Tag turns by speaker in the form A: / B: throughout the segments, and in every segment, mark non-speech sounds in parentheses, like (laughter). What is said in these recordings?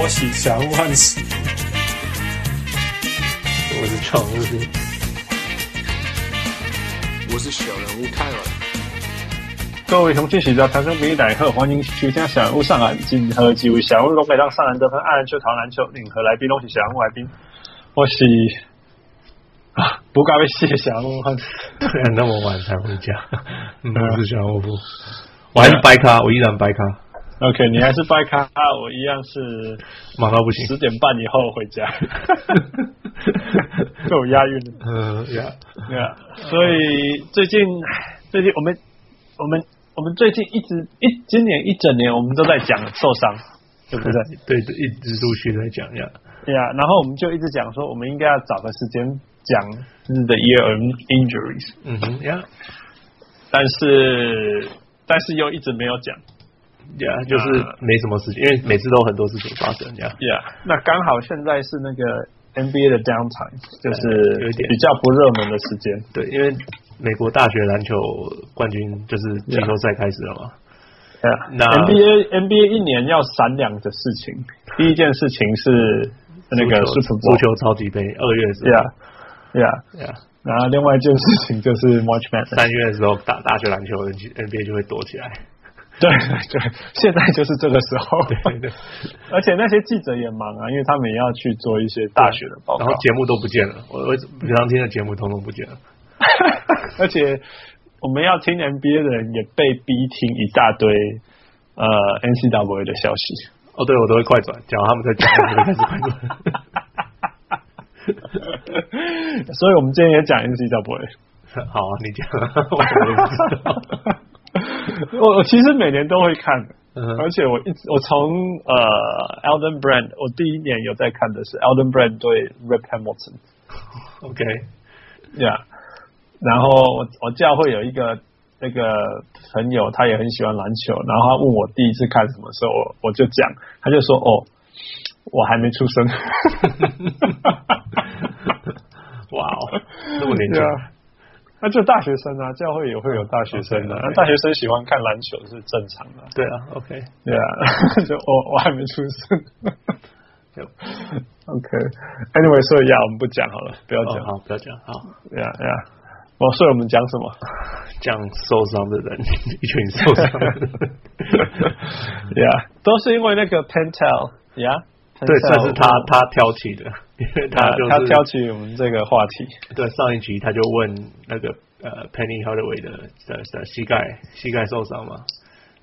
A: 我喜祥万喜，
B: 我是常 (laughs) 务。
C: 我是小人物泰尔。
D: 各位雄性喜的谈生比来客，欢迎收听小人物上岸，今和几位小人物拢北当上岸得分，按球、投篮球，任何来宾拢是小人物来宾。我是啊，不该被谢小人物，
B: 虽然那么晚才回家，嗯，我是小人物， (laughs) 我还是白咖，我依然白咖，
D: OK，你还是掰咖，我一样是
B: 忙到不行。
D: 十点半以后回家，够押韵的。
B: 呃呀，
D: 对啊，所以最近哎最近我们我们我们最近一直一今年一整年我们都在讲受伤，对不对？
B: (laughs) 对对，一直陆续在讲呀。
D: 对啊，然后我们就一直讲说，我们应该要找个时间讲就是的 year in injuries，
B: 嗯哼呀
D: 但是但是又一直没有讲。
B: 呀，就是没什么事情，因为每次都很多事情发生呀。
D: Yeah，那刚好现在是那个 NBA 的 downtime，就是
B: 有一点
D: 比较不热门的时间。
B: 对，因为美国大学篮球冠军就是季后赛开始了嘛。那
D: NBA NBA 一年要闪两个事情，第一件事情是那个
B: 足球
D: Super
B: 足
D: Bowl，
B: 球超级杯，二月是吧？
D: ，Yeah Yeah，
B: 呀，
D: 然后另外一件事情就是 March Madness，
B: 三月的时候打大学篮球，NBA 就会躲起来。
D: (laughs) 对对对，现在就是这个时候，
B: 对对，
D: (laughs) 而且那些记者也忙啊，因为他们也要去做一些大学的报告
B: 然后，节目都不见了，我我平常听的节目统统不见了。
D: (laughs) 而且我们要听 NBA 的人也被逼听一大堆呃 NCAA 的消息。 (laughs)
B: 哦，对，我都会快转，讲到他们在讲，我就开始快转。
D: 所以我们今天也讲 NCAA。
B: 好啊，你讲，我怎么会不知
D: (laughs)
B: 道？
D: 我我其实每年都会看的，
B: 嗯哼
D: 而且我一直我从呃 Elden Brand，我第一年有在看的是 Elden Brand 对 Rip Hamilton，
B: OK， (laughs)
D: yeah，然后我我教会有一个那个朋友，他也很喜欢篮球，然后他问我第一次看什么时候，我我就讲，他就说哦，我还没出
B: (laughs)
D: 生，
B: 哇哦，那么年轻
D: 对啊，那就大学生啊，教会也会有大学生的、啊，那
B: OK，OK
D: 大学生喜欢看篮球是正常的啊、
B: 对啊，OK，
D: 对啊， (laughs) 就我我还没出
B: (laughs)
D: 生。
B: 就
D: OK，Anyway，所以呀，我们不讲好了，不要
B: 哦
D: 讲。
B: 好，不要讲，好，
D: 呀呀，我所以我们讲什么？
B: 讲受伤的人， (laughs) 一群受伤的人，
D: 呀，都是因为那个 Pentel 呀，
B: 对，算是他他挑起的，因为他就是
D: 他挑起我们这个话题。
B: 对，上一集他就问那个呃 Penny Hardaway 的的的膝盖膝盖受伤嘛，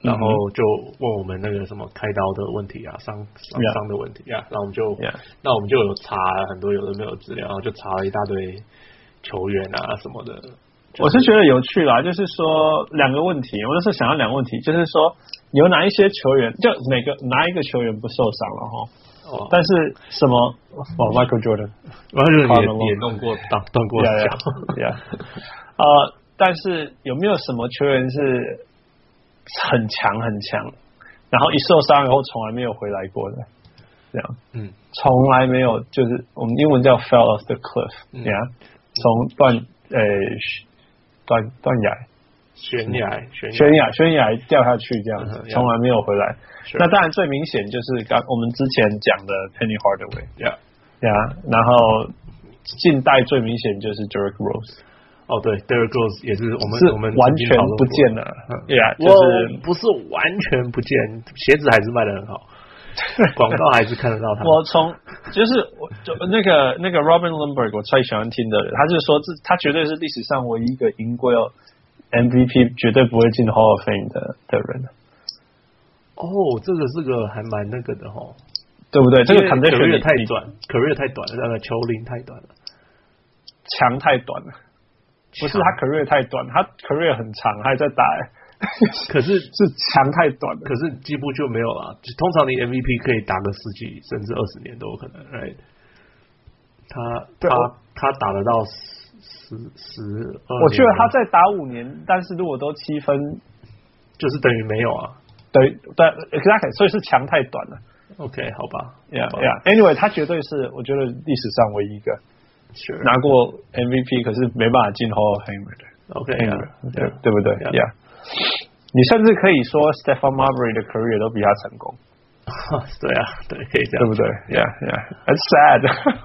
D: 嗯
B: 然后就问我们那个什么开刀的问题啊，伤伤
D: Yeah.
B: 伤的问题啊，然后我们就
D: Yeah.
B: 那我们就有查很多有的没有资料，然后就查了一大堆球员啊什么的。就
D: 我是觉得有趣啦，就是说两个问题，我就是想要两个问题，就是说有哪一些球员，就每个哪一个球员不受伤了哈？
B: 哦，
D: 但是什么？哦，Michael Jordan。
B: 然后就是
D: 卡梅隆
B: 也也弄过当断过
D: 呀呀
B: 脚， (laughs)
D: 呀， (laughs) 呃，但是有没有什么球员是很强很强，然后一受伤然后从来没有回来过的？这样
B: 嗯，
D: 从来没有，就是我们英文叫 fell off the cliff，
B: 嗯
D: 呀、从断呃断断崖
B: 悬崖悬崖
D: 悬崖悬崖掉下去这样
B: 嗯
D: 子
B: 哼，呀
D: 从来没有回来。
B: 是
D: 那当然最明显就是刚我们之前讲的 Penny Hardaway，
B: 呀
D: 呀、然后近代最明显就是 Derek Rose。
B: 哦对 d e r r k Rose 也是我们
D: 是
B: 我们
D: 完全不见了
B: 嗯，
D: 对啊，就
B: 我
D: 是
B: 不是完全不见，鞋子还是卖的很好，广告还是看得到它。
D: 我从就是我就那个那个 Robin Lundberg 我最喜欢听的人，他就说这他绝对是历史上唯一一个赢过 MVP 绝对不会进 Hall of Fame 的的人，
B: 哦，这个这个还蛮那个的哈，
D: 对不对？这个
B: 因为
D: condition
B: career
D: 也
B: 太短，career 太短了，那个球龄太短了。
D: 强太短了，不是他啊 career 太短，他 career 很长，还 (laughs) 在打、欸
B: 可是
D: 是强太短了。
B: 可是几乎就没有了。就通常你 MVP 可以打个十几甚至二十年都有可能，right？他
D: 对
B: 他
D: 我
B: 他打得到十十二，
D: 我觉得他在打五年，但是如果都七分，
B: 就是等于没有啊。
D: 对对，exactly，所以是强太短了。
B: OK，好吧
D: Yeah,
B: 好吧
D: yeah. Anyway，他绝对是我觉得历史上唯一一个
B: Sure
D: 拿过 MVP，可是没办法进 Hall of Fame 的
B: OK
D: 那
B: 啊
D: 个人，
B: 对
D: 对对不对
B: Yeah
D: ？Yeah，你甚至可以说 Stephen Marbury 的 career 都比他成功。
B: (laughs) 对啊，对，可以这
D: 对
B: 样
D: 不，对？Yeah, yeah, that's sad,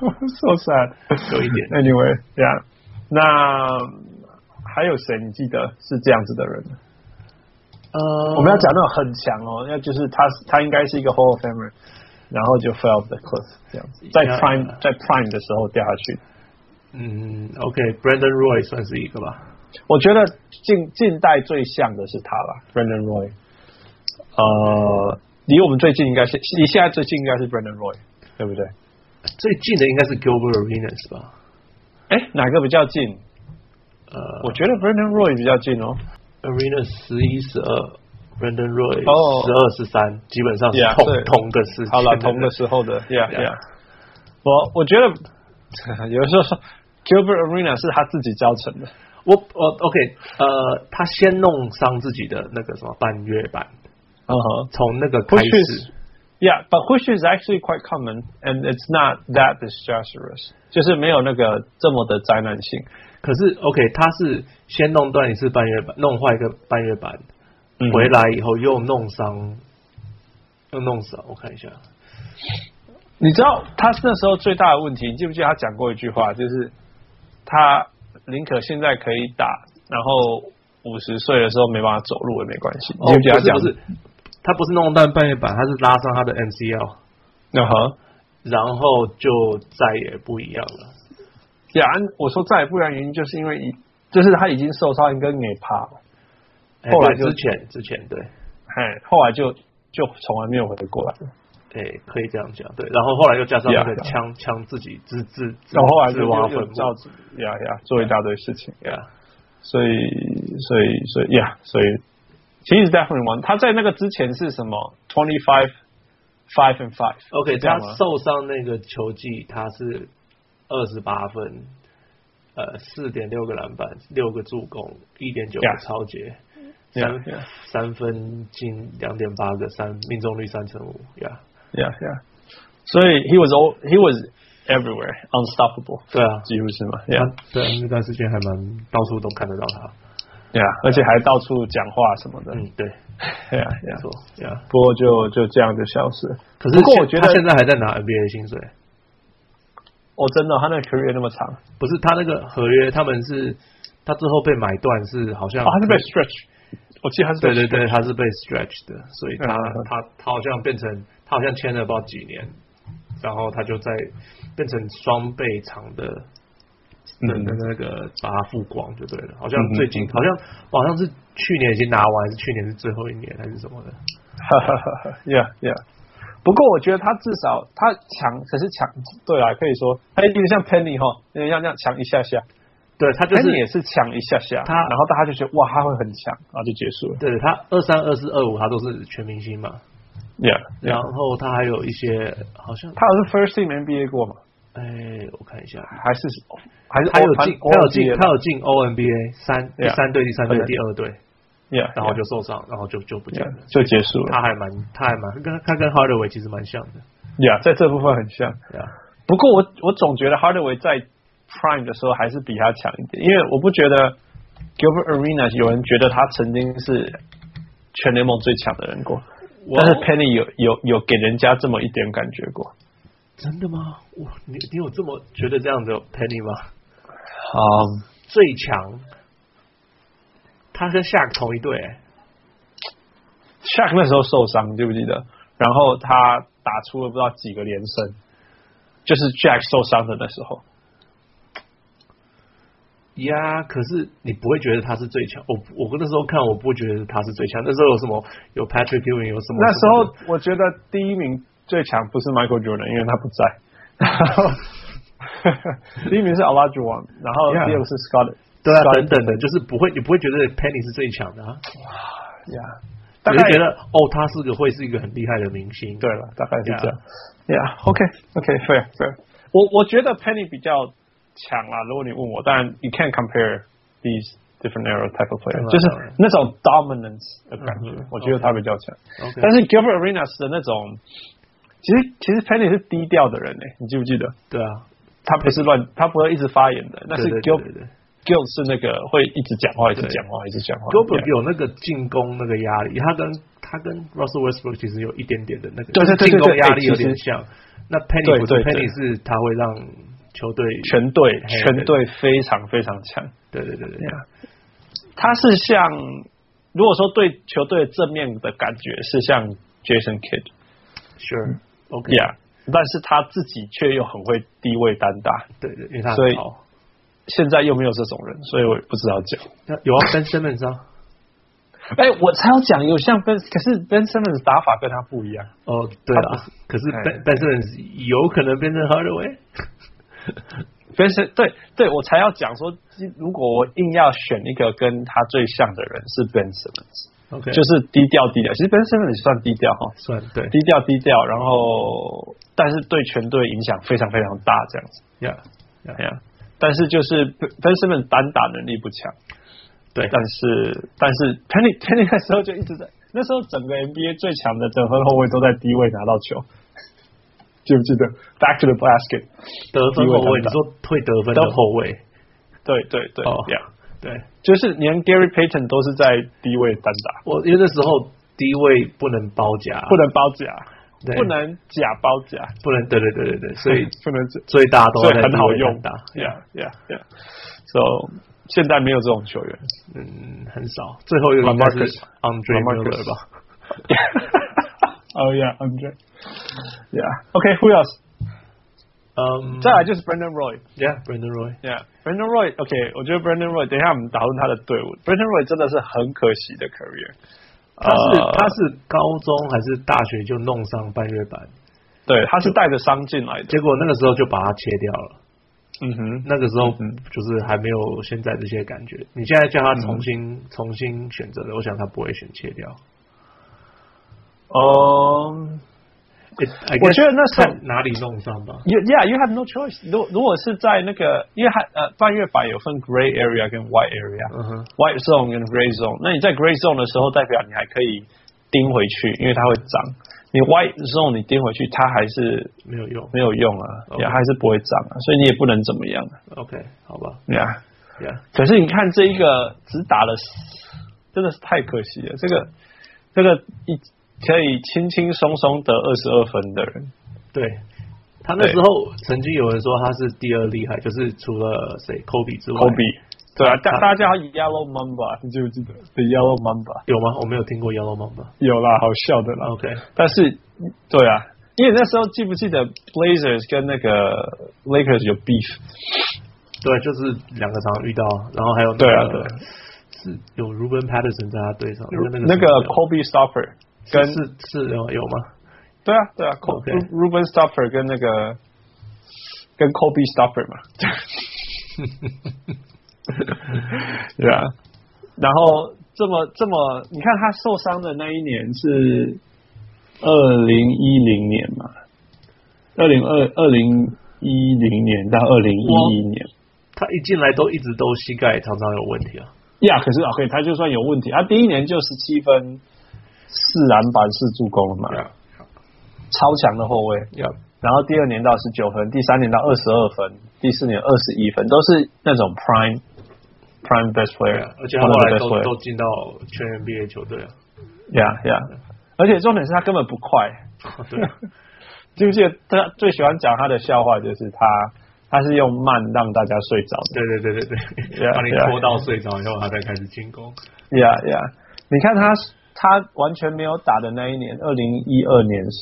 D: (laughs) so
B: (laughs)
D: sad.
B: 有一点
D: Anyway, yeah. 那还有谁你记得是这样子的人？
B: 呃，
D: 我们要讲那种很强哦，要就是他他应该是一个 Hall of Famer，然后就 fell off the cliff 这样子，在
B: Yeah,
D: prime
B: yeah.
D: 在 prime 的时候掉下去。
B: 嗯，OK，Brandon Roy 算是一个吧。
D: 我觉得近近代最像的是他吧，Brandon Roy。呃，离我们最近应该是离现在最近应该是 Brandon Roy，对不对？
B: 最近的应该是 Gilbert Arenas 吧？
D: 哎，哪个比较近？
B: 呃，
D: 我觉得 Brandon Roy 比较近哦。
B: Arenas 十一、十二，Brandon Roy
D: 哦
B: 十二、十三，基本上是
D: Yeah，
B: 同
D: 对
B: 同个时期。
D: (laughs) 好了，同个时候的，Yeah
B: Yeah
D: Yeah。我我觉得 (laughs) 有的时候说 Gilbert Arena 是他自己教成的，
B: 我我 OK，呃，他先弄伤自己的那个什么半月板，
D: 嗯哼。
B: 从那个开
D: Which
B: 始
D: is,，yeah, but which is actually quite common, and it's not that disastrous. 就是没有那个这么的灾难性。
B: 可是 OK，他是先弄断一次半月板，弄坏一个半月板，
D: 嗯
B: 回来以后又弄伤，又弄伤，我看一下，
D: 你知道他那时候最大的问题，你记不记得他讲过一句话，就是他宁可现在可以打，然后五十岁的时候没办法走路也没关系。你
B: 哦
D: 记不记得他
B: 不是
D: 讲？
B: 不是，他不是弄断半月板，他是拉伤他的 MCL。
D: 嗯哼，
B: 然后就再也不一样了。
D: 雅安，啊我说再也不然原因就是因为一，就是他已经受伤一根给趴了。
B: 哎
D: 后来
B: 对
D: 就
B: 之前之前对，
D: 哎，后来就就从来没有回过来，
B: 哎，可以这样讲对。然后后来又加上那个
D: Yeah, yeah.
B: 枪枪自己自自自
D: 然后后来就
B: 自挖
D: 又
B: 坟
D: 又
B: 墓
D: 照着呀呀做一大堆事情，
B: ，yeah，
D: 所以所以所以呀，所以 he's definitely one。他在那个之前是什么 twenty five five and five。
B: OK，
D: 这样
B: 他
D: 吗
B: 受伤那个球技，他是二十八分，呃，四点六个篮板，六个助攻，一点九个
D: Yeah.
B: 超截，
D: Yeah,
B: 三
D: yeah.
B: 三分进两点八个三，命中率三成五，Yeah，
D: Yeah, yeah. 所以 he was all he was everywhere, unstoppable，
B: 对啊，
D: 几乎是嘛
B: 他
D: ，Yeah,
B: 对那段时间还蛮到处都看得到他，
D: yeah，而且还到处讲话什么的
B: 嗯，对，
D: ，Yeah,
B: 没
D: yeah。
B: 错，Yeah。
D: 不过就就这样就消失了。
B: 可
D: 不
B: 是
D: 过
B: 现
D: 我觉得
B: 他，现在还在拿 NBA 薪水，
D: 我哦真的他那个 career 那么长，啊，
B: 不是他那个合约，他们是他最后被买断是好像
D: 哦他是被 stretch，我记得他是被
B: 对对
D: stretch
B: 对，他是被 stretch 的，所以他、
D: 嗯
B: 他他好像变成他好像签了不知道几年，然后他就在变成双倍长的的
D: 嗯
B: 的那个把它付光就对了，好像
D: 嗯嗯
B: 最近、
D: 嗯
B: 好像好像是去年已经拿完，还是去年是最后一年还是什么的？
D: (laughs) yeah, yeah. 不过我觉得他至少他强，可是强对啊，可以说他有点像 Penny 哈，有点像这样强一下下、
B: 对他就
D: p e n n y 也
B: 是
D: 是强一下下，
B: 他
D: 然后大家就觉得哇他会很强，然后就结束了。
B: 对他二三二四二五他都是全明星嘛，
D: Yeah，
B: 然
D: yeah.
B: 后他还有一些好像
D: 他有是 First Team NBA 过吗？
B: 哎，我看一下，
D: 还是还是
B: 他有
D: All-
B: 进，
D: All-
B: 他有进，
D: NBA
B: 他有进 O N B A 三第
D: Yeah
B: 三队、第三队、
D: 对啊
B: 第二队，
D: Yeah，
B: 然后就受伤，然后就就不见
D: yeah,
B: 了。
D: 就结束了。
B: 他还蛮，他还蛮跟他跟哈德维其实蛮像的，
D: Yeah，在这部分很像。
B: 对啊，
D: 不过我我总觉得 Hardaway 在 Prime 的时候还是比他强一点，因为我不觉得 Gilbert Arenas 有人觉得他曾经是全联盟最强的人过，
B: 我
D: 但是 Penny 有有有给人家这么一点感觉过
B: 真的吗？我你你有这么觉得这样子 Penny 吗？
D: 啊、
B: 最强，他跟夏同一队、欸
D: Shaq 那时候受伤，你记不记得？然后他打出了不知道几个连胜，就是 Jack 受伤的那时候。
B: 呀可是你不会觉得他是最强。我我那时候看，我不觉得他是最强。那时候有什么有 Patrick Ewing，有什么
D: 那时
B: 什么的
D: 候我觉得第一名最强不是 Michael Jordan，因为他不在。然后 (laughs) 第一名是 Olajuwon，然后
B: Yeah
D: 第二个是 Scott，
B: 对啊
D: Scott
B: 等等的，就是不会你不会觉得 Penny 是最强的啊。
D: ，Yeah，大
B: 我
D: 概
B: 就觉得哦，他是个会是一个很厉害的明星。
D: 对了，大概是这样。Yeah，OK，OK，fair、fair。我我觉得 Penny 比较强啦，如果你问我，当然 you can't compare these different era type of player，
B: 当然
D: 就是
B: 当然
D: 那种 dominance 的感觉
B: 嗯哼，
D: 我觉得他比较强。
B: OK，
D: 但是 Gilbert Arenas 的那种，其实其实 Penny 是低调的人诶，你记不记得？
B: 对啊，
D: 他不是乱，他不会一直发言的。那是
B: 对对
D: Gil
B: 对对对
D: Gilbert skill 是那个会一直讲话，一直讲话，一直讲话。
B: Gobert 有那个进攻那个压力，他跟他跟 Russell Westbrook 其实有一点点的那个
D: 对对对对
B: 进攻压力
D: 对
B: 有
D: 哎其实
B: 点像。那 Penny
D: 对
B: 不是
D: 对对
B: Penny 是他会让球队
D: 全队
B: 嘿
D: 全队非常非常强。
B: 对对对对对
D: Yeah 他是像，如果说对球队正面的感觉是像 Jason Kidd，yeah，
B: ，Sure OK
D: 但是他自己却又很会低位单打，
B: 对对，因为他
D: 所
B: 很
D: 以
B: 好。
D: 现在又没有这种人，所以我也不知道讲。
B: 那有啊，Ben Simmons 啊，
D: 哎、我才要讲有像 Ben，可是 Ben Simmons 打法跟他不一样。
B: 哦对
D: 他
B: 啊，可是
D: 哎
B: Ben Ben Simmons 有可能变成 Hardaway。
D: Ben s i m m 对对，我才要讲说，如果我硬要选一个跟他最像的人是 Ben Simmons，
B: OK，
D: 就是低调低调。其实 Ben Simmons 也算低调哈，
B: 算对
D: 低调低调，然后但是对全队影响非常非常大这样子。
B: ，Yeah
D: 哎呀，但是就是 Ben Simmons 单打能力不强，
B: 对
D: 但是但是 Penny Penny 那时候就一直在，那时候整个 NBA 最强的得分后卫都在低位拿到球，记不记得 Back to the basket？
B: 得分
D: 低位
B: 后卫，
D: 单打
B: 你说退得分的
D: 都
B: 后卫
D: 对对对，
B: 哦
D: 这样。
B: 对。
D: 就是连 Gary Payton 都是在低位单打，
B: 我因为那时候低位不能包夹，
D: 不能包夹，
B: 对
D: 不能假包夹，
B: 不能，对对对对对，所以
D: 不
B: (laughs)
D: 能假，
B: 所以大家都
D: 所
B: 要
D: 以
B: 在
D: 很
B: 低
D: 好
B: 位
D: 用
B: 打，
D: ，Yeah Yeah Yeah。So 现在没有这种球
B: (laughs)
D: 员，
B: 嗯，很少。最后一个应该是
D: LaMarcus
B: Andre
D: LaMarcus
B: Miller 吧？
D: Oh yeah, Andre. Yeah. Okay, who else?
B: 嗯，
D: 再来就是 Brandon Roy.
B: Yeah，Brandon Roy，
D: Yeah, Brandon Roy. OK，我觉得 Brandon Roy，等一下我们讨论他的队伍。Brandon Roy 真的是很可惜的 career。
B: 他是
D: 呃
B: 他是高中还是大学就弄上半月板，
D: 对，他是带着伤进来的。
B: 结果那个时候就把他切掉了。
D: 嗯哼，
B: 那个时候
D: 嗯
B: 就是还没有现在这些感觉。你现在叫他重新重新选择的，我想他不会选切掉。
D: 哦。
B: 嗯我
D: 觉得那时候
B: 哪里弄上吧？
D: You, yeah, you have no choice. 如如果是在那个，因为它呃半月板有分 gray area 跟 white area、
B: 嗯哼
D: white zone 跟 gray zone。那你在 gray zone 的时候，代表你还可以盯回去，因为它会长。你 white zone 你盯回去，它还是
B: 没有用。
D: 没有用啊，
B: OK
D: 也、还是不会长啊，所以你也不能怎么样啊。
B: OK，好吧
D: Yeah，
B: ，Yeah。
D: 可是你看这一个只打了十，真的是太可惜了。这个这个一可以轻轻松松得二十二分的人，
B: 对他那时候曾经有人说他是第二厉害，就是除了谁科比之外，
D: 科比，对啊，大
B: 他
D: 大家叫他 Yellow Mamba，你记不记得？The Yellow Mamba
B: 有吗？我没有听过 Yellow Mamba。
D: 有啦，好笑的啦。
B: OK，
D: 但是，对啊，因为那时候记不记得 Blazers 跟那个 Lakers 有 beef？
B: 对，就是两个常常遇到，然后还有那个
D: 对啊，对啊，
B: 是有 Ruben Patterson 在他队上，跟
D: 那
B: 那
D: 个
B: 个
D: Kobe Stopper 跟
B: 是是是有有吗？
D: 对啊对啊
B: OK
D: Ru-，Ruben Stopper 跟那个跟 Kobe Stopper 嘛， (laughs) 对啊，然后这么这么，你看他受伤的那一年是二零一零年嘛，二零二二零一零年到二零一一年。
B: 他一进来都一直都膝盖常常有问题啊。
D: 呀可是 OK，他就算有问题，他第一年就十七分、四篮板、四助攻了嘛
B: 啊
D: 超强的后卫。
B: Yeah，
D: 然后第二年到十九分，第三年到二十二分，第四年二十一分，都是那种 prime prime best player，
B: 啊而且他后来
D: one of
B: 都
D: the best player
B: 都进到全 NBA 球队啊。
D: Yeah, yeah. 而且重点是他根本不快。
B: 对啊，
D: 记不记得他最喜欢讲他的笑话，就是他他是用慢让大家睡着的。
B: 对对对对对，
D: Yeah，
B: 把你
D: yeah
B: 拖到睡着以后，他再开始进攻。
D: Yeah, yeah. 你看他他完全没有打的那一年，二零一二年是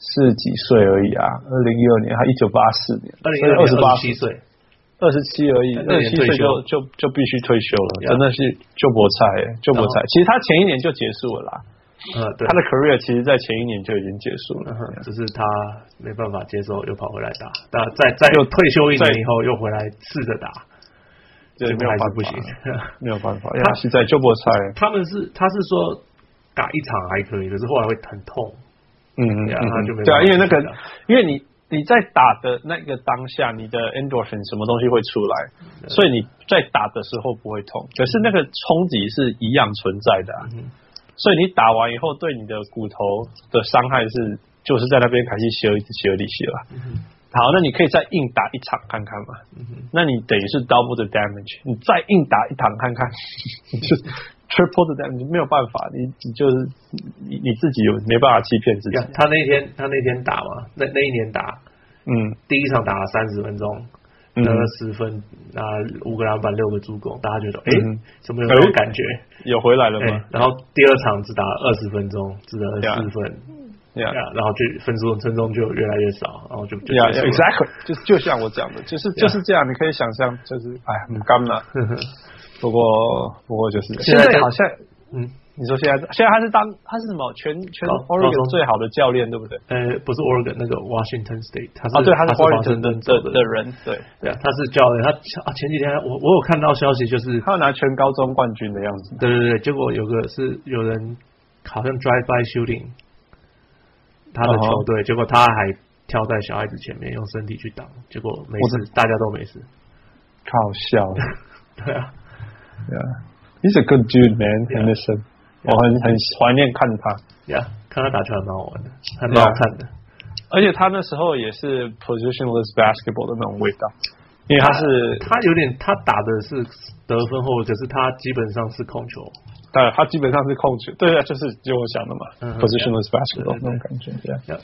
D: 是几岁而已啊？二零一二年他一九八四年，
B: 二零二
D: 二十八
B: 七岁，
D: 二十七而已，
B: 那
D: 二十
B: 年
D: 七
B: 退
D: 岁
B: 休
D: 就就就必须退休了
B: Yeah
D: 真的是救国菜耶，救国
B: 然后
D: 菜。其实他前一年就结束了啦，
B: 呃，对
D: 他。的 career 其实在前一年就已经结束了
B: 嗯。哼，只是他没办法接受，又跑回来打。那再再
D: 又
B: 退休一
D: 再
B: 年以后，又回来试着打，
D: 对
B: 结
D: 没
B: 果
D: 有
B: 还
D: 办
B: 是
D: 法
B: 不行。 (laughs)
D: 没有办法，
B: 他
D: 呀，是在救国菜。
B: 他们是他是说打一场还可以，可是后来会很痛。
D: 嗯嗯
B: 对啊
D: 嗯
B: 他就没
D: 对啊，
B: 办法
D: 因为那个
B: 去打，
D: 因为你你在打的那个当下，你的 endorphin 什么东西会出来，所以你在打的时候不会痛，可是那个冲击是一样存在的、啊，所以你打完以后
B: 嗯
D: 对你的骨头的伤害是就是在那边开始修一直修一直修啊，好，那你可以再硬打一场看看嘛。那你等于是 double the damage，你再硬打一场看 (laughs) 看，你就是 triple the damage，没有办法，你你就是你你自己有没办法欺骗自己。
B: 呀他那天他那天打嘛，那那一年打
D: 嗯
B: 第一场打了三十分钟，
D: 嗯
B: 得了十分，拿五个篮板六个助攻，大家觉得哎、
D: 嗯
B: 怎么有
D: 哎
B: 这种感觉？
D: 有回来了
B: 哎、
D: 吗？
B: 然后第二场只打二十分钟，只得了
D: Yeah
B: 四分，
D: 对啊。
B: 呀然后就分数分钟就越来越少，然后就就
D: 对啊
B: 结束了
D: exactly，就就像我讲的，就是就是这样，你可以想象，就是哎，很干了。不过不过就是现在
B: 现在
D: 好像，
B: (laughs) 嗯，
D: 你说现在现在他是当他是什么全全
B: 高
D: Oregon
B: 高中
D: 最好的教练，对不对？
B: 呃，不是 Oregon 那个 Washington State，他
D: 啊，
B: 是、
D: 对，他是
B: 是华
D: Oregon
B: 盛
D: 的
B: 顿州
D: 的的人，对，
B: 对啊，他是教练，他啊前几天我我有看到消息，就是
D: 他要拿全高中冠军的样子。
B: 对对对，结果有个是有人好像 drive by shooting 他的
D: 哦吼
B: 球队结果他还跳在小孩子前面用身体去挡，结果没
D: 我
B: 事，大家都没事。
D: 太好笑了。
B: 对啊，
D: Yeah, he's a good dude, man.
B: Yeah.
D: Henderson，、我很很怀念看他，
B: 呀、看他打球还蛮好玩的，还蛮好看的。
D: 而且他那时候也是 positionless basketball 的那种味道，因为他是，
B: 他有点他打的是得分后，可是他基本上是控球。
D: 当然他基本上是控制，对啊，就是就我想的嘛、
B: 嗯
D: p o s i t i o n l e s s basketball
B: 对对对
D: 那种感觉对
B: Yeah.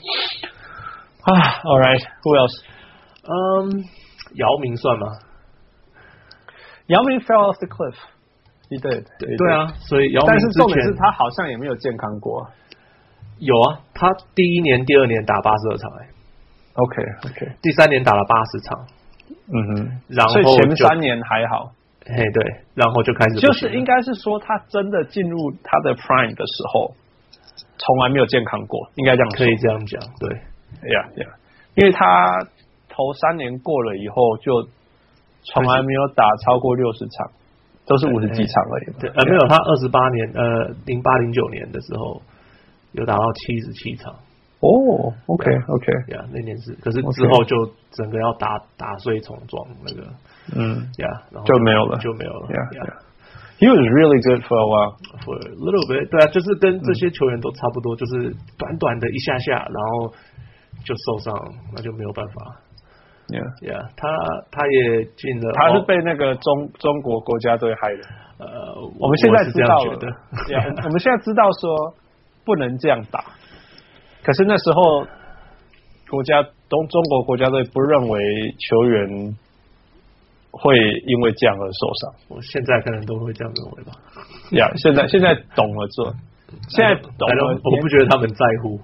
D: 啊，All right，who else？
B: 嗯，姚明算吗？
D: 姚明 fell off the cliff。He did. he did.
B: 对啊，所以姚明
D: 但是
B: 之
D: 重点是
B: 前
D: 他好像也没有健康过。
B: 有啊，他第一年、第二年打八十二场、哎，
D: OK OK，
B: 第三年打了八十场，
D: 嗯哼，
B: 然后
D: 所以前
B: 就
D: 三年还好，
B: 嘿对，然后就开始不行
D: 就
B: 了
D: 是应该是说，他真的进入他的 prime 的时候，从来没有健康过，应该这样
B: 可
D: 说
B: 以这样讲，对，
D: 呀呀因为他头三年过了以后，就从来没有打超过六十场，都是五十几场而已嘛。
B: 对呃没有，他二十八年呃零八零九年的时候有打到七十七场，
D: 哦，OK OK，
B: 呀、那年是，可是
D: OK
B: 之后就整个要打打碎重装那个
D: 嗯
B: 呀然后
D: 就没有了
B: 就没有了
D: Yeah,
B: yeah
D: yeah.，He was really good for a while。
B: for a little bit，对啊，就是跟这些球员都差不多，就是短短的一下下，
D: 嗯
B: 然后就受伤，那就没有办法。
D: Yeah，
B: Yeah，他他也进了，
D: 他是被那个中中国国家队害的。
B: 呃，
D: 我
B: 我
D: 们现在
B: 是
D: 知
B: 这样
D: 道
B: 觉
D: 了
B: 得，
D: ，yeah，我们现在知道说不能这样打，可是那时候国家中中国国家队不认为球员会因为这样而受伤。
B: (laughs) 我现在可能都会这样认为吧。
D: 呀、yeah,，现在现在懂了这，现在懂
B: I
D: 了
B: don't- 我不觉得他们在乎，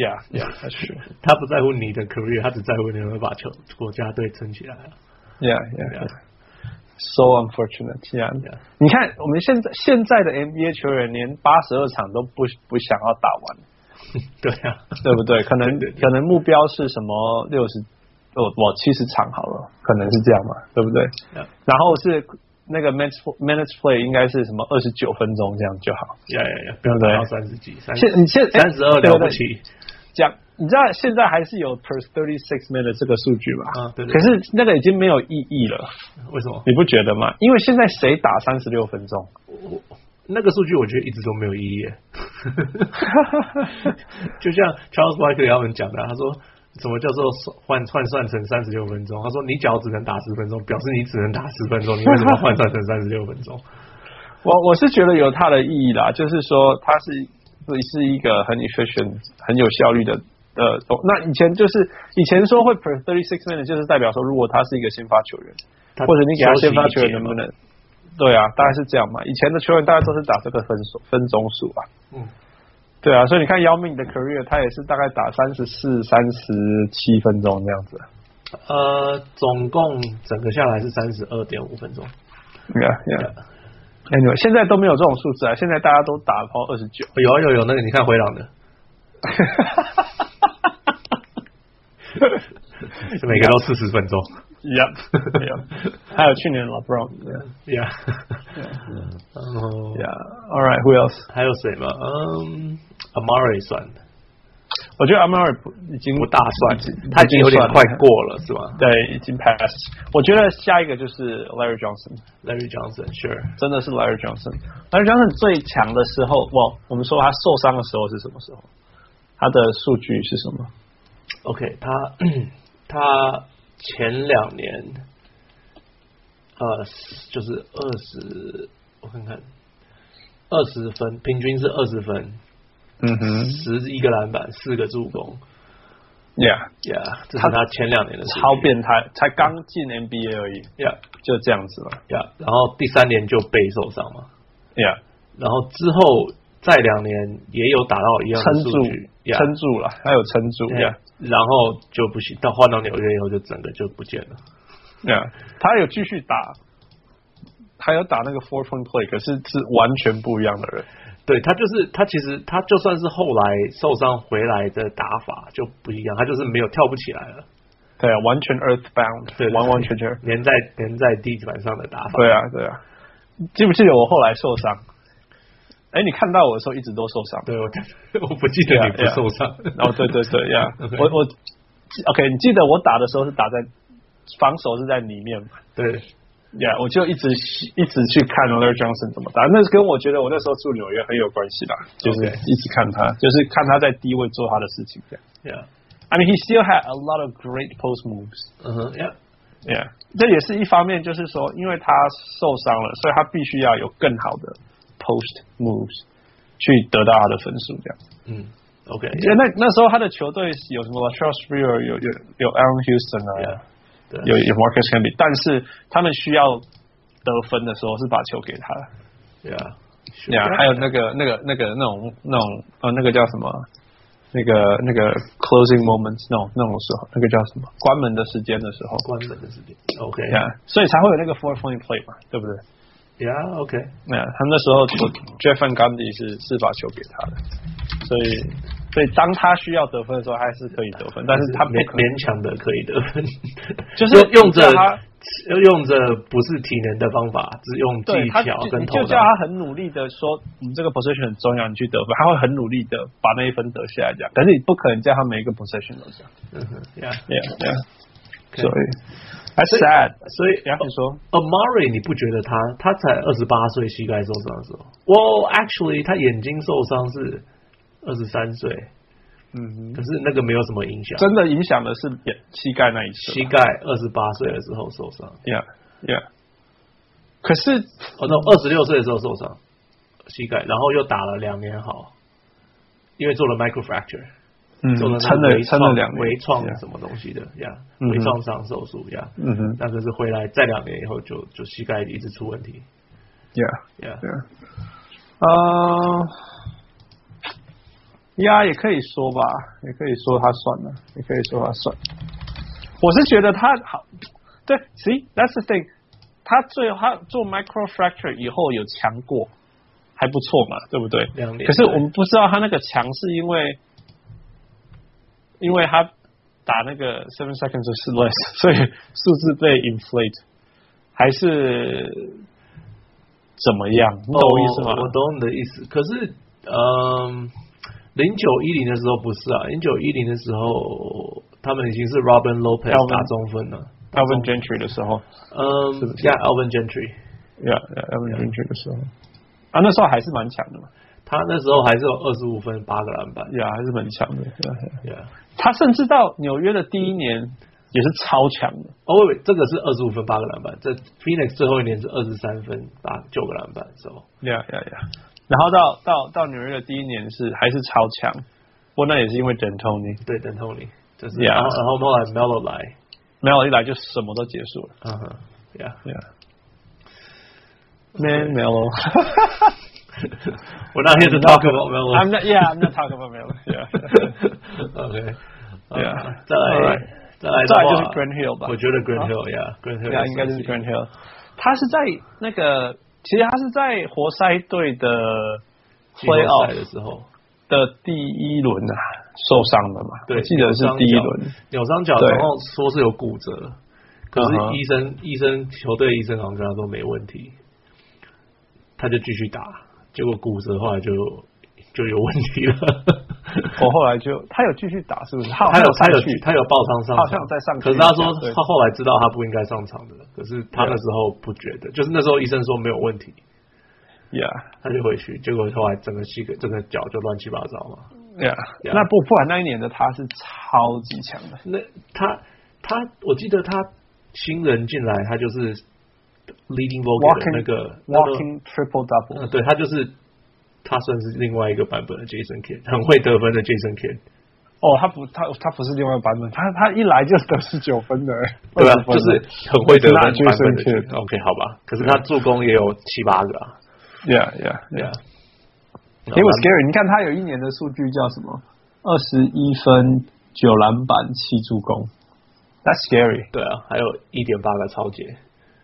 D: 呀呀，是
B: 他不在乎你的 career，他只在乎你有没有把球国家队撑起来啊。
D: 呀
B: 对
D: 呀
B: 啊。
D: So unfortunate，呀、
B: Yeah.
D: 你看我们现在现在的 NBA 球员连八十二场都不不想要打完，
B: 对啊，
D: 对不对？可能
B: 对对对
D: 可能目标是什么六十，哦，我七十场好了，可能是这样嘛，对不对
B: Yeah.
D: 然后是那个 minutes minutes play 应该是什么二十九分钟这样就好。
B: 呀呀呀，不要
D: 对
B: 打到三十几，三
D: 现你现
B: 三十二
D: 哎对
B: 了不。
D: 对
B: 起，
D: 讲，你知道现在还是有 per thirty six minute 这个数据吧？
B: 啊对对
D: 可是那个已经没有意义了，
B: 为什么？
D: 你不觉得吗？因为现在谁打三十六分钟？
B: 我那个数据我觉得一直都没有意义耶。就像 Charles Barkley 他们讲的，他说什么叫做换换算成三十六分钟？他说你脚只能打十分钟，表示你只能打十分钟，你为什么要换算成三十六分钟？
D: 我我是觉得有它的意义啦，就是说它是是一个很 efficient、很有效率的呃。哦那以前就是以前说会 per thirty six minutes，就是代表说如果他是一个先发球员，
B: 他
D: 或者你给他
B: 休息
D: 先发
B: 一
D: 球员
B: 节
D: 能
B: 嘛
D: 不能？对啊，大概是这样嘛。以前的球员大概都是打这个分数分钟数啊。
B: 嗯。
D: 对啊，所以你看姚明的 career，他也是大概打三十四、三十七分钟这样子。
B: 呃，总共整个下来是三十二点五分钟。
D: Yeah, yeah. Anyway，现在都没有这种数字啊，现在大家都打到二十
B: (laughs)
D: 九。
B: 有啊有有，那个你看回 (laughs) 廊的，是每个都四十分钟。
D: Yep, yep. (laughs) 还有去年 LeBron。
B: Yeah，然后
D: Yeah. All right. Who else?
B: 还有谁吗？嗯，Amari 算
D: 我觉得 Amari 不已经
B: 不大算，他已经有点
D: 算了
B: 快过了是吧
D: 对，已经 pass。我觉得下一个就是 Larry Johnson，
B: ？Larry Johnson，Sure，
D: 真的是 Larry Johnson。Larry Johnson 最强的时候，哇，我们说他受伤的时候是什么时候？他的数据是什么？
B: OK，他他 (clears throat) 他前两年，呃，就是二十，我看看，二十分，平均是二十分，
D: 嗯哼
B: 十一个篮板，四个助攻
D: ，Yeah，
B: ，Yeah，这是
D: 他
B: 他前两年的数据
D: 超变态，才刚进 NBA 而已，
B: ，Yeah
D: 就这样子了
B: Yeah，然后第三年就背受伤嘛，
D: ，Yeah，
B: 然后之后再两年也有打到一样的
D: 撑
B: 数
D: 住
B: 据，，Yeah，
D: 撑住了，他有撑住
B: 对
D: ，Yeah，
B: 然后就不行，到换到纽约以后就整个就不见了。
D: Yeah，他有继续打，他有打那个 four point play，可是是完全不一样的人。
B: 对他就是他，其实他就算是后来受伤回来的打法就不一样，他就是没有跳不起来了，
D: 对啊，完全 earthbound，
B: 对对
D: 完完全全。
B: 粘在粘在地板上的打法。
D: 对啊，对啊。记不记得我后来受伤？哎，你看到我的时候一直都受伤。
B: 对，我我不记得你不受伤。
D: 哦，对对对呀
B: OK
D: 我我 OK，你记得我打的时候是打在防守是在里面嘛？
B: (laughs) 对，
D: 呀、我就一直一直去看 l e r Johnson 怎么打，那是跟我觉得我那时候住纽约很有关系啦，就是
B: OK
D: 一直看他，就是看他在低位做他的事情这样。
B: 呀，
D: I mean, he still had a lot of great post moves.
B: 嗯哼，呀，
D: Yeah，这也是一方面，就是说，因为他受伤了，所以他必须要有更好的 post moves 去得到他的分数。这样
B: 嗯，OK，
D: 因为那那时候他的球队有什么 Charles r e e r 有有有 Aaron Houston 啊
B: Yeah，对，
D: 有有 Marcus Camby，但是他们需要得分的时候是把球给他。
B: 呀，
D: 对啊，还有那个那个那个那种那种呃那个叫什么？那个那个 closing moments 那种那种时候，那个叫什么？关门的时间的时候，
B: 关门的时间。OK，
D: 对啊，所以才会有那个 four point play 嘛，对不对？
B: 呀，OK，
D: 那、他那时候 Jeff and Gandhi 是是把球给他的，所以所以当他需要得分的时候，他还是可以得分，但是他不
B: 勉
D: 可能
B: 勉强的可以得分，
D: (laughs) 就是
B: 用用着
D: 你叫他
B: 要用着不是体能的方法，只用技
D: 对他
B: 巧
D: 就
B: 跟
D: 你
B: 头
D: 就
B: 脑
D: 叫。他很努力的说，你这个 position 很重要，你去得分，他会很努力的把那一分得下来这样，可是你不可能叫他每一个 position 都这样
B: 嗯哼，Yeah，
D: ，yeah yeah，所
B: OK
D: 以 that's
B: 所以哦
D: sad，
B: 所以
D: 然后你说
B: Amari，你不觉得他他才二十八岁膝盖受伤的时候？Well, actually，他眼睛受伤是二十三岁，
D: 嗯哼，
B: 可是那个没有什么影响。
D: 真的影响的是眼膝盖那一侧
B: 膝盖二十八岁的时候受伤，
D: ，yeah yeah，可是
B: 哦，那二十六岁的时候受伤膝盖，然后又打了两年好，因为做了 microfracture，
D: 嗯
B: 做了那
D: 撑
B: 个
D: 了
B: 微
D: 撑
B: 创
D: 了两年
B: 微创
D: yeah
B: 什么东西的呀，
D: 嗯哼
B: 微创伤手术呀，
D: 嗯哼
B: 那就是回来再两年以后就就膝盖一直出问题
D: ，Yeah
B: 呀，
D: Yeah 呃，呀，也可以说吧，也可以说他算了，也可以说他算。我是觉得他好，对，See that's the thing，他最后他做 micro fracture 以后有强过，还不错嘛，对不对？
B: 两年
D: 可是我们不知道他那个强是因为，因为他打那个 seven seconds or less，所以 (laughs) 数字被 inflate，还是怎么样？你懂我意思吗？
B: 哦我懂你的意思。可是，嗯，零九一零的时候不是啊，零九一零的时候他们已经是 Robin Lopez
D: Alvin
B: 打中分了。
D: Alvin Gentry 的时候，
B: 嗯
D: 是不是
B: ，Yeah Alvin Gentry，
D: 呀呀，Alvin Gentry 的时候，啊，那时候还是蛮强的嘛，
B: 他那时候还是有二十五分八个篮板。
D: 呀，还是蛮强的。Yeah，yeah
B: Yeah，
D: 他甚至到纽约的第一年也是超强的。
B: 哦，喂，这个是二十五分八个篮板，这 Phoenix 最后一年是二十三分八九个篮板，so
D: 呀呀呀！然后到到到纽约的第一年是还是超强，不过那也是因为 D'Antoni
B: 对，等 Tony 就是，
D: Yeah
B: 然后然后后来 Melo 来，
D: 没有一来就什么都结束了。啊
B: 嗯哼，Yeah， (laughs)
D: Yeah。Man Melo,
B: 我那天就 talk about Melo。
D: (laughs)
B: (laughs)
D: I'm not. Yeah, I'm not talking about Melo. Yeah.
B: OK，呃
D: Yeah.
B: 再来
D: Alright.
B: 再来的
D: 再
B: 话
D: 来就是 Grant Hill 吧
B: 我觉得 Grant
D: 啊
B: Hill 呀，Grant Hill
D: 那应该就是
B: 是
D: Grant Hill。他是在那个，其实他是在活塞队的
B: 季后
D: playoff
B: 赛的时候，
D: 的第一轮啊受伤的嘛，
B: 对，
D: 我记得是第一轮。
B: 扭伤脚，
D: 对
B: 然后说是有骨折，可
D: 嗯哼
B: 是医生医生球队医生好像跟他说没问题，他就继续打，结果骨折后来就就有问题了。
D: 我后来就他有继续打，是不是？
B: (laughs)
D: 他
B: 他有
D: 上
B: 他有
D: 去，
B: 他有报伤上场，
D: 好像在上去
B: 可是他说
D: 一下对
B: 他后来知道他不应该上场的，可是他那时候不觉得，就是那时候医生说没有问题，
D: Yeah.
B: 他就回去，结果后来整个膝盖、整个脚就乱七八糟嘛。
D: Yeah，
B: Yeah
D: 那不不然那一年的他是超级强的，
B: 那他他我记得他新人进来，他就是 leading vocal 的
D: Walking
B: 那个那个
D: Walking triple double，
B: 嗯，对他就是他算是另外一个版本的 Jason Kidd，很会得分的 Jason Kidd，
D: 哦，他不，他他不是另外一个版本，他他一来就得十九分的，
B: (laughs) 对啊
D: 20，分
B: 就
D: 的
B: 是很会得分
D: 那
B: 版本
D: Jason
B: 的
D: Kidd
B: Jason- OK，好吧，可是他助攻也有七八个啊，
D: yeah yeah
B: 对
D: yeah
B: 啊。。
D: 结果 scary，你看他有一年的数据叫什么？二十一分、九篮板、七助攻。That's scary.
B: 对啊，还有一点八个超节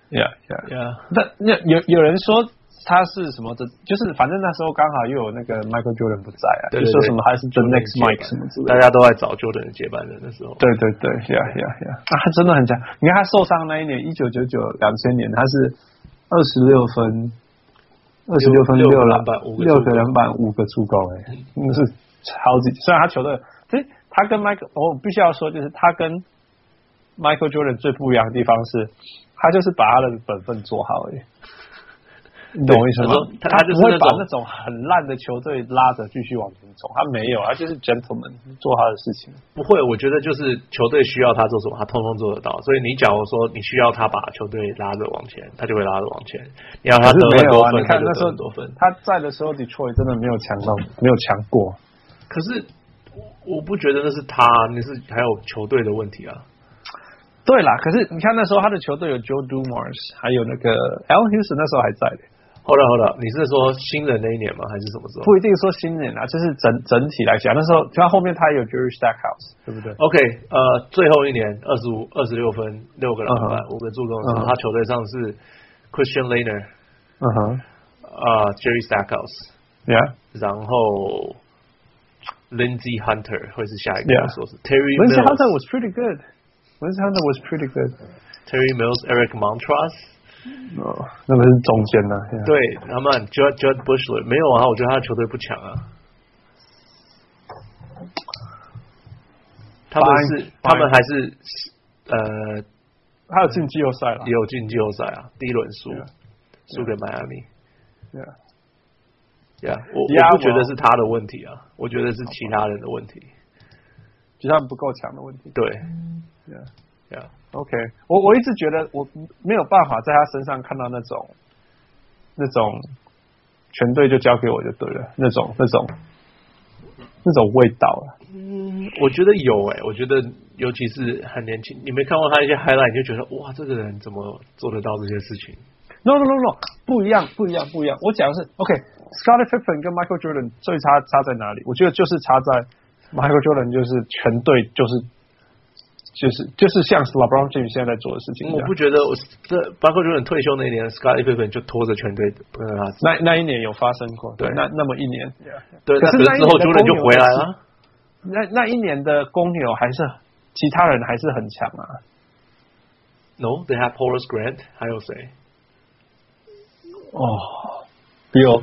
D: Yeah, yeah.
B: 对啊，
D: 那那有有人说他是什么的，就是反正那时候刚好又有那个 Michael Jordan 不在啊，
B: 对
D: 就
B: 对
D: 说
B: 对
D: 什么还是 The
B: Jordan
D: Next
B: 接班
D: Mike 什么之类的
B: 大。家都在找 Jordan 的接班人的时候，
D: 对对对，Yeah Yeah Yeah，啊，他真的很强。你看他受伤那一年，一九九九两千年，他是二十六分，二十分
B: 六
D: 六
B: 个
D: 篮
B: 篮板五个助攻嗯
D: 六个篮板五个助攻、哎，真的是超级。虽然他球队，其实他跟 Michael，我必须要说，就是他跟 Michael Jordan 最不一样的地方是，他就是把他的本分做好、哎。你懂我意思吗
B: 对他说？他他就是
D: 不会
B: 那
D: 把
B: 种
D: 那种很烂的球队拉着继续往前走，他没有，他就是 gentleman 做他的事情。
B: 不会，我觉得就是球队需要他做什么，他通通做得到。所以你假如说你需要他把球队拉着往前，他就会拉着往前；你让他
D: 可
B: 得
D: 是没有
B: 很多
D: 啊，
B: 分，
D: 你看
B: 他就
D: 那
B: 得
D: 时候
B: 很多分。
D: 他在的时候，Detroit 真的没有强到，没有强过。
B: 可是我我不觉得那是他，那是还有球队的问题啊。
D: 对啦，可是你看那时候他的球队有 Joe Dumars，还有那个 L. Houston 那时候还在的，
B: 后来后来，你是说新人那一年吗？还是什么时候
D: 不一定说新人啊，就是整整体来讲，那时候就他后面他也有 Jerry Stackhouse，对不对？
B: ？OK，呃，最后一年二十五、二十六分，六个篮板
D: 嗯，
B: 五、个助攻的时
D: 嗯
B: 候他球队上是 Christian l e n e r
D: 嗯哼
B: 呃 Jerry Stackhouse，
D: ，Yeah，
B: 然后 Lindsey Hunter 会是下一个
D: Yeah
B: 我说是 Terry
D: Lindsey Hunter was
B: Mills、
D: pretty good。Lindsey Hunter was pretty good。
B: Terry Mills、Eric Montross，
D: 哦，那个是中间呢、啊。
B: 对，他们 Judd Judd Bushler 没有啊，我觉得他的球队不强啊。他们是
D: Fine，
B: 他们还是呃
D: 他有进季后赛了。
B: 也有进季后赛啊，第一轮输
D: Yeah
B: 输给迈阿密。
D: Yeah
B: 呀，我
D: Yeah，
B: 我不觉得
D: 我
B: 是他的问题啊，我觉得是其他人的问题。
D: 就他们不够强的问题。
B: 对
D: Yeah
B: 呀，
D: OK，我我一直觉得我没有办法在他身上看到那种那种全队就交给我就对了，那种那种那种味道啊了。
B: 嗯，我觉得有诶、我觉得尤其是很年轻，你没看过他一些 highlight，你就觉得哇，这个人怎么做得到这些事情？
D: No no no no，不一样不一样不一样。我讲的是 OK，Scottie、Pippen 跟 Michael Jordan 最差差在哪里？我觉得就是差在 Michael Jordan 就是全队就是。就是就是像 LeBron James 现在在做的啊事情一样，
B: 我不觉得我这包括 Jordan 退休那一年，Scottie Pippen 就拖着全队呃跟着他，
D: 那那一年有发生过，
B: 对
D: 那那么一年，
B: 对，
D: 可是
B: 那之后
D: 那一年的
B: Jordan 就回来
D: 公
B: 了。
D: 那那一年的公牛还是其他人还是很强啊。
B: No，they have Horace Grant，还有谁？
D: 哦，Bill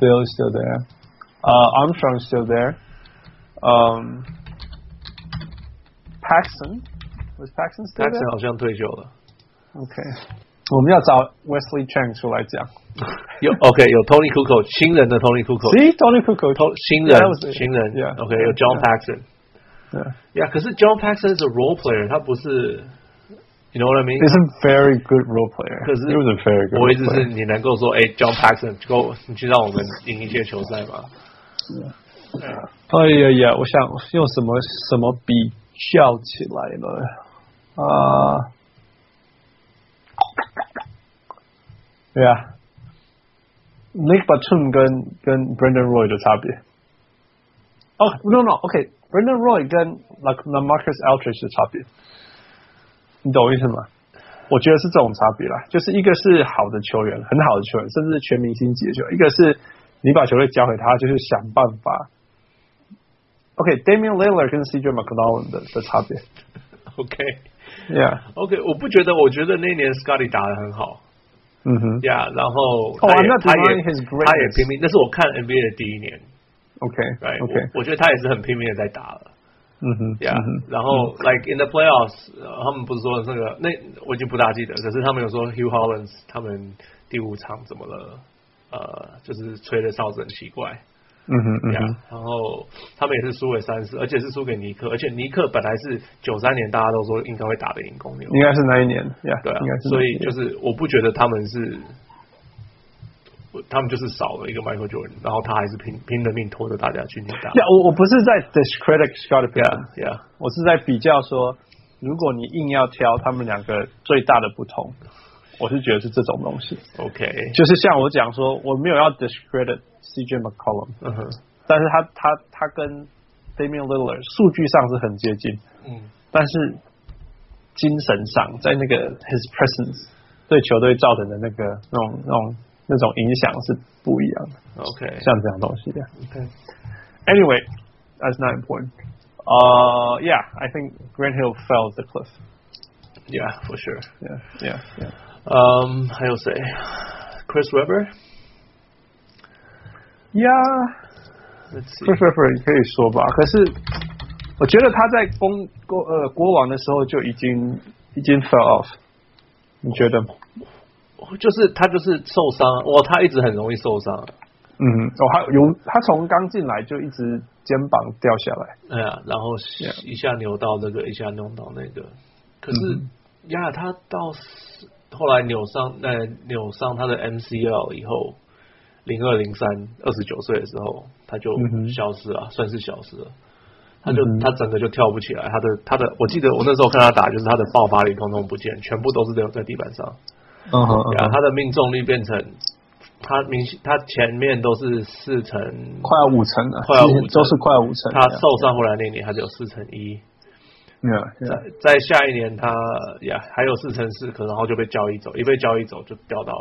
D: Bill is still there，呃、Armstrong is still there，嗯、Paxson was Paxson still
B: Jackson
D: there？
B: 好像退休了。
D: OK，我们要找 Wesley Chang 出来讲。
B: 有 OK，有 Tony Kukoc，新人的 Tony Kukoc，
D: See Tony Kukoc，
B: Tony- 新人
D: Yeah, that was it.
B: 新人
D: Yeah.
B: OK，有 John
D: Yeah.
B: Paxson。
D: Yeah.
B: Yeah，可是 John Paxson is a role player，他不是，You know what I mean？
D: He's a very good role player.
B: 可是
D: He was a very good.
B: 我
D: role
B: 一直是
D: player.
B: 你能够说，哎、j o h n Paxson，够，你去让我们赢一届球赛吗？
D: 哎呀呀，我想用什么什么比较起来呢？啊、对啊，Nick Batum 跟跟 Brandon Roy 的差别。哦、n o no，OK，Brandon、Roy 跟 La La Marcus Aldridge 的差别，你懂我意思吗？我觉得是这种差别啦，就是一个是好的球员，很好的球员，甚至是全明星级的球员；一个是你把球队交给他，就是想办法。OK，Damian、Lillard 跟 CJ McCollum 的的差别
B: OK
D: ，Yeah，
B: OK，我不觉得，我觉得那年 Scotty 打的很好
D: 嗯哼
B: ，Yeah，然后
D: 哦
B: 他也、
D: I'm not
B: 他也
D: denying his
B: 他也
D: greatness
B: 拼命，那是我看 NBA 的第一年，Right，
D: ，OK，OK，
B: 我我觉得他也是很拼命的在打了
D: 嗯哼，
B: ，Yeah，、
D: 嗯哼
B: 然后 like in the playoffs，、呃他们不是说那个那我已经不大记得，可是他们有说 Hugh Hollins 他们第五场怎么了？呃，就是吹的哨子很奇怪，
D: 嗯哼嗯
B: 呀
D: 哼，
B: 然后他们也是输给三四，而且是输给尼克，而且尼克本来是九三年大家都说应该会打得赢公牛，
D: 应该是那一年呀，
B: 对啊
D: 应该，是那
B: 所
D: 一
B: 以
D: 年，
B: 就是我不觉得他们是，我他们就是少了一个 Michael Jordan，然后他还是拼拼了命拖着大家去打，
D: 呀，我我不是在 discredit Scott p i p e
B: y e a
D: r
B: h y e a h
D: 我是在比较说，如果你硬要挑他们两个最大的不同，我是觉得是这种东西，
B: o k
D: 就是像我讲说，我没有要 discredit CJ McCollum，
B: 嗯哼，
D: 但是他他他跟 Damian Lillard 数据上是很接近，
B: 嗯，
D: 但是精神上在那个 his presence 对球队造成的那个那种那种那种影响是不一样的，
B: OK，
D: 像这样东西的。
B: OK
D: Anyway, that's not important. Uh, yeah, I think Grant Hill fell off the cliff.
B: Yeah, for sure.
D: Yeah, yeah, yeah.
B: 嗯，还有谁？Chris Webber。
D: Yeah,
B: Let's see.
D: Cliff River 可以说吧，可是我觉得他在公国呃国王的时候就已经已经 fell off，你觉得吗？
B: 就是他就是受伤，哇，他一直很容易受伤。
D: 嗯，哦，他有他从刚进来就一直肩膀掉下来，
B: 哎呀，然后
D: Yeah.
B: 一下扭到这个，一下弄到那个。可是
D: 嗯
B: 呀，他到四后来扭伤，呃，扭伤他的 MCL 以后，零二零三二十九岁的时候，他就
D: 嗯哼
B: 消失了，算是消失了。他就、
D: 嗯哼
B: 他整个就跳不起来，他的他的，我记得我那时候看他打，就是他的爆发力通通不见，全部都是留在地板上。
D: 嗯哼
B: 对啊，他的命中率变成他明显他前面都是四成，
D: 快要五成了，
B: 快要五成
D: 都是快要五成，
B: 他受伤回来那年他只有四成一，
D: yeah,
B: 在
D: yeah.
B: 在下一年他呀还有四成四，可然后就被交易走，一被交易走就掉到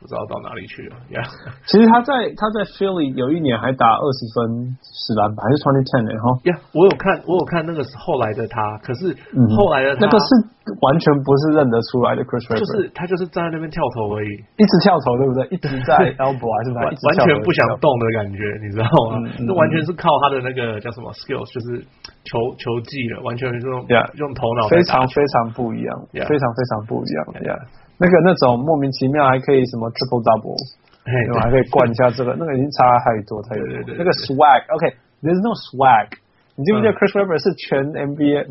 B: 不知道到哪里去了呀。
D: 其实他在他在 Philly 有一年还打二十分十篮板，还是 twenty ten 的哈。
B: 呀、我有看我有看那个是后来的他，可是
D: 嗯哼
B: 后来的他、
D: 那个是完全不是认得出来的 Chris Webber，
B: 就是他就是站在那边跳投而已，
D: 一直跳投，对不
B: (laughs)
D: 对？一直在 elbow 啊还是哪
B: 完
D: 里一直
B: 完
D: 跳投
B: 全不想动的感觉，你知道吗
D: 嗯嗯？
B: 那、完全是靠他的那个叫什么 skills，就是球球技了，完全是用
D: Yeah
B: 用头脑在
D: 非
B: 打
D: 常非常不一样
B: Yeah
D: 非常非常不一样。Yeah，那个那种莫名其妙还可以什么 triple double，
B: 嘿
D: 然后还可以灌一下这个，那个已经差太多太多
B: 对对对。对
D: 那个 swag，OK，there's no swag。你记不记得
B: 嗯
D: Chris Webber 是全 NBA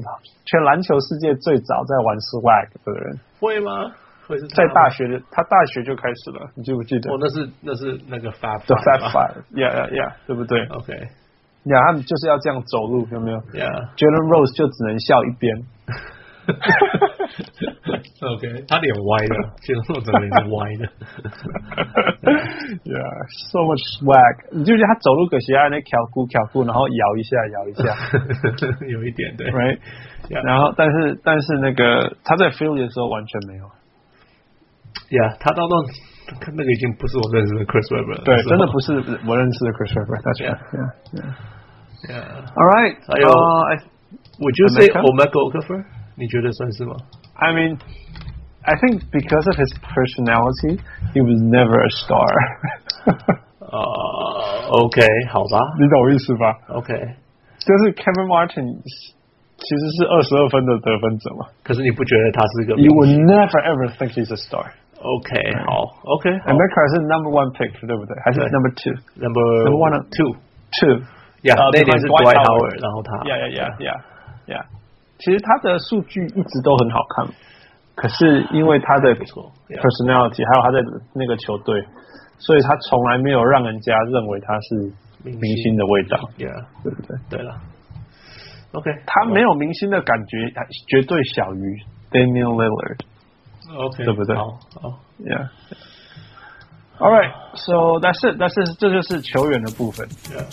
D: 全篮球世界最早在玩 swag 的人，
B: 会吗？会是他
D: 在
B: 吗
D: 大？学的他大学就开始了，你记不记得
B: 哦，那是那是那个 Fab
D: ？The Fat
B: Five 吧
D: Five，Yeah Yeah Yeah，对不对？
B: OK
D: 呀，他们就是要这样走路，有没有
B: Yeah
D: ？Jalen Rose 就只能笑一边。
B: (laughs)
D: (laughs)
B: OK，他脸歪的，其实我整个脸是歪的。
D: yeah, so much swag。你就觉得他走路可喜爱那挑裤挑裤，然后摇一下摇一下
B: 有一点 (laughs) 对
D: ，right？
B: Yeah
D: 然后但是但是那个他在 Philly 的时候完全没有，
B: ，Yeah，他到那看那个已经不是我认识的 Chris Webber，了
D: 对，真的
B: 是
D: 不是我认识的 Chris Webber。大家
B: Yeah
D: ，Yeah。
B: 我。Yeah
D: All right，
B: 还有
D: 呃，I
B: Would you say
D: Omeka？
B: Omega Okafor？你觉得算是吗？
D: I mean。I think because of his personality, he was never a star. (laughs)
B: 啊，OK，好吧
D: 你懂我意思吧？
B: ，OK。
D: 就是 Kevin Martin 其实是二十二分的得分者嘛。
B: 可是你不觉得他是一个
D: You will never ever think he's a star.
B: OK 好 OK 好
D: And Mekar 是 number one pick 对不对？还是
B: 对
D: number two
B: Number
D: number one 啊
B: two
D: two？
B: Yeah，
D: 呃
B: 那年是
D: Dwight
B: Dwight
D: Howard
B: Howard，然后他
D: Yeah yeah yeah yeah yeah。其实他的数据一直都很好看，可是因为他的
B: 不错，yeah
D: personality 还有他的那个球队，所以他从来没有让人家认为他是
B: 明
D: 明星的味道，
B: Yeah，
D: 对不对？
B: 对了，OK，
D: 他没有明星的感觉，绝对小于 Damian Lillard。
B: OK，
D: 对不对
B: 好，好
D: Yeah. All right. So that's it. That's it. 这就是球员的部分。
B: ，Yeah，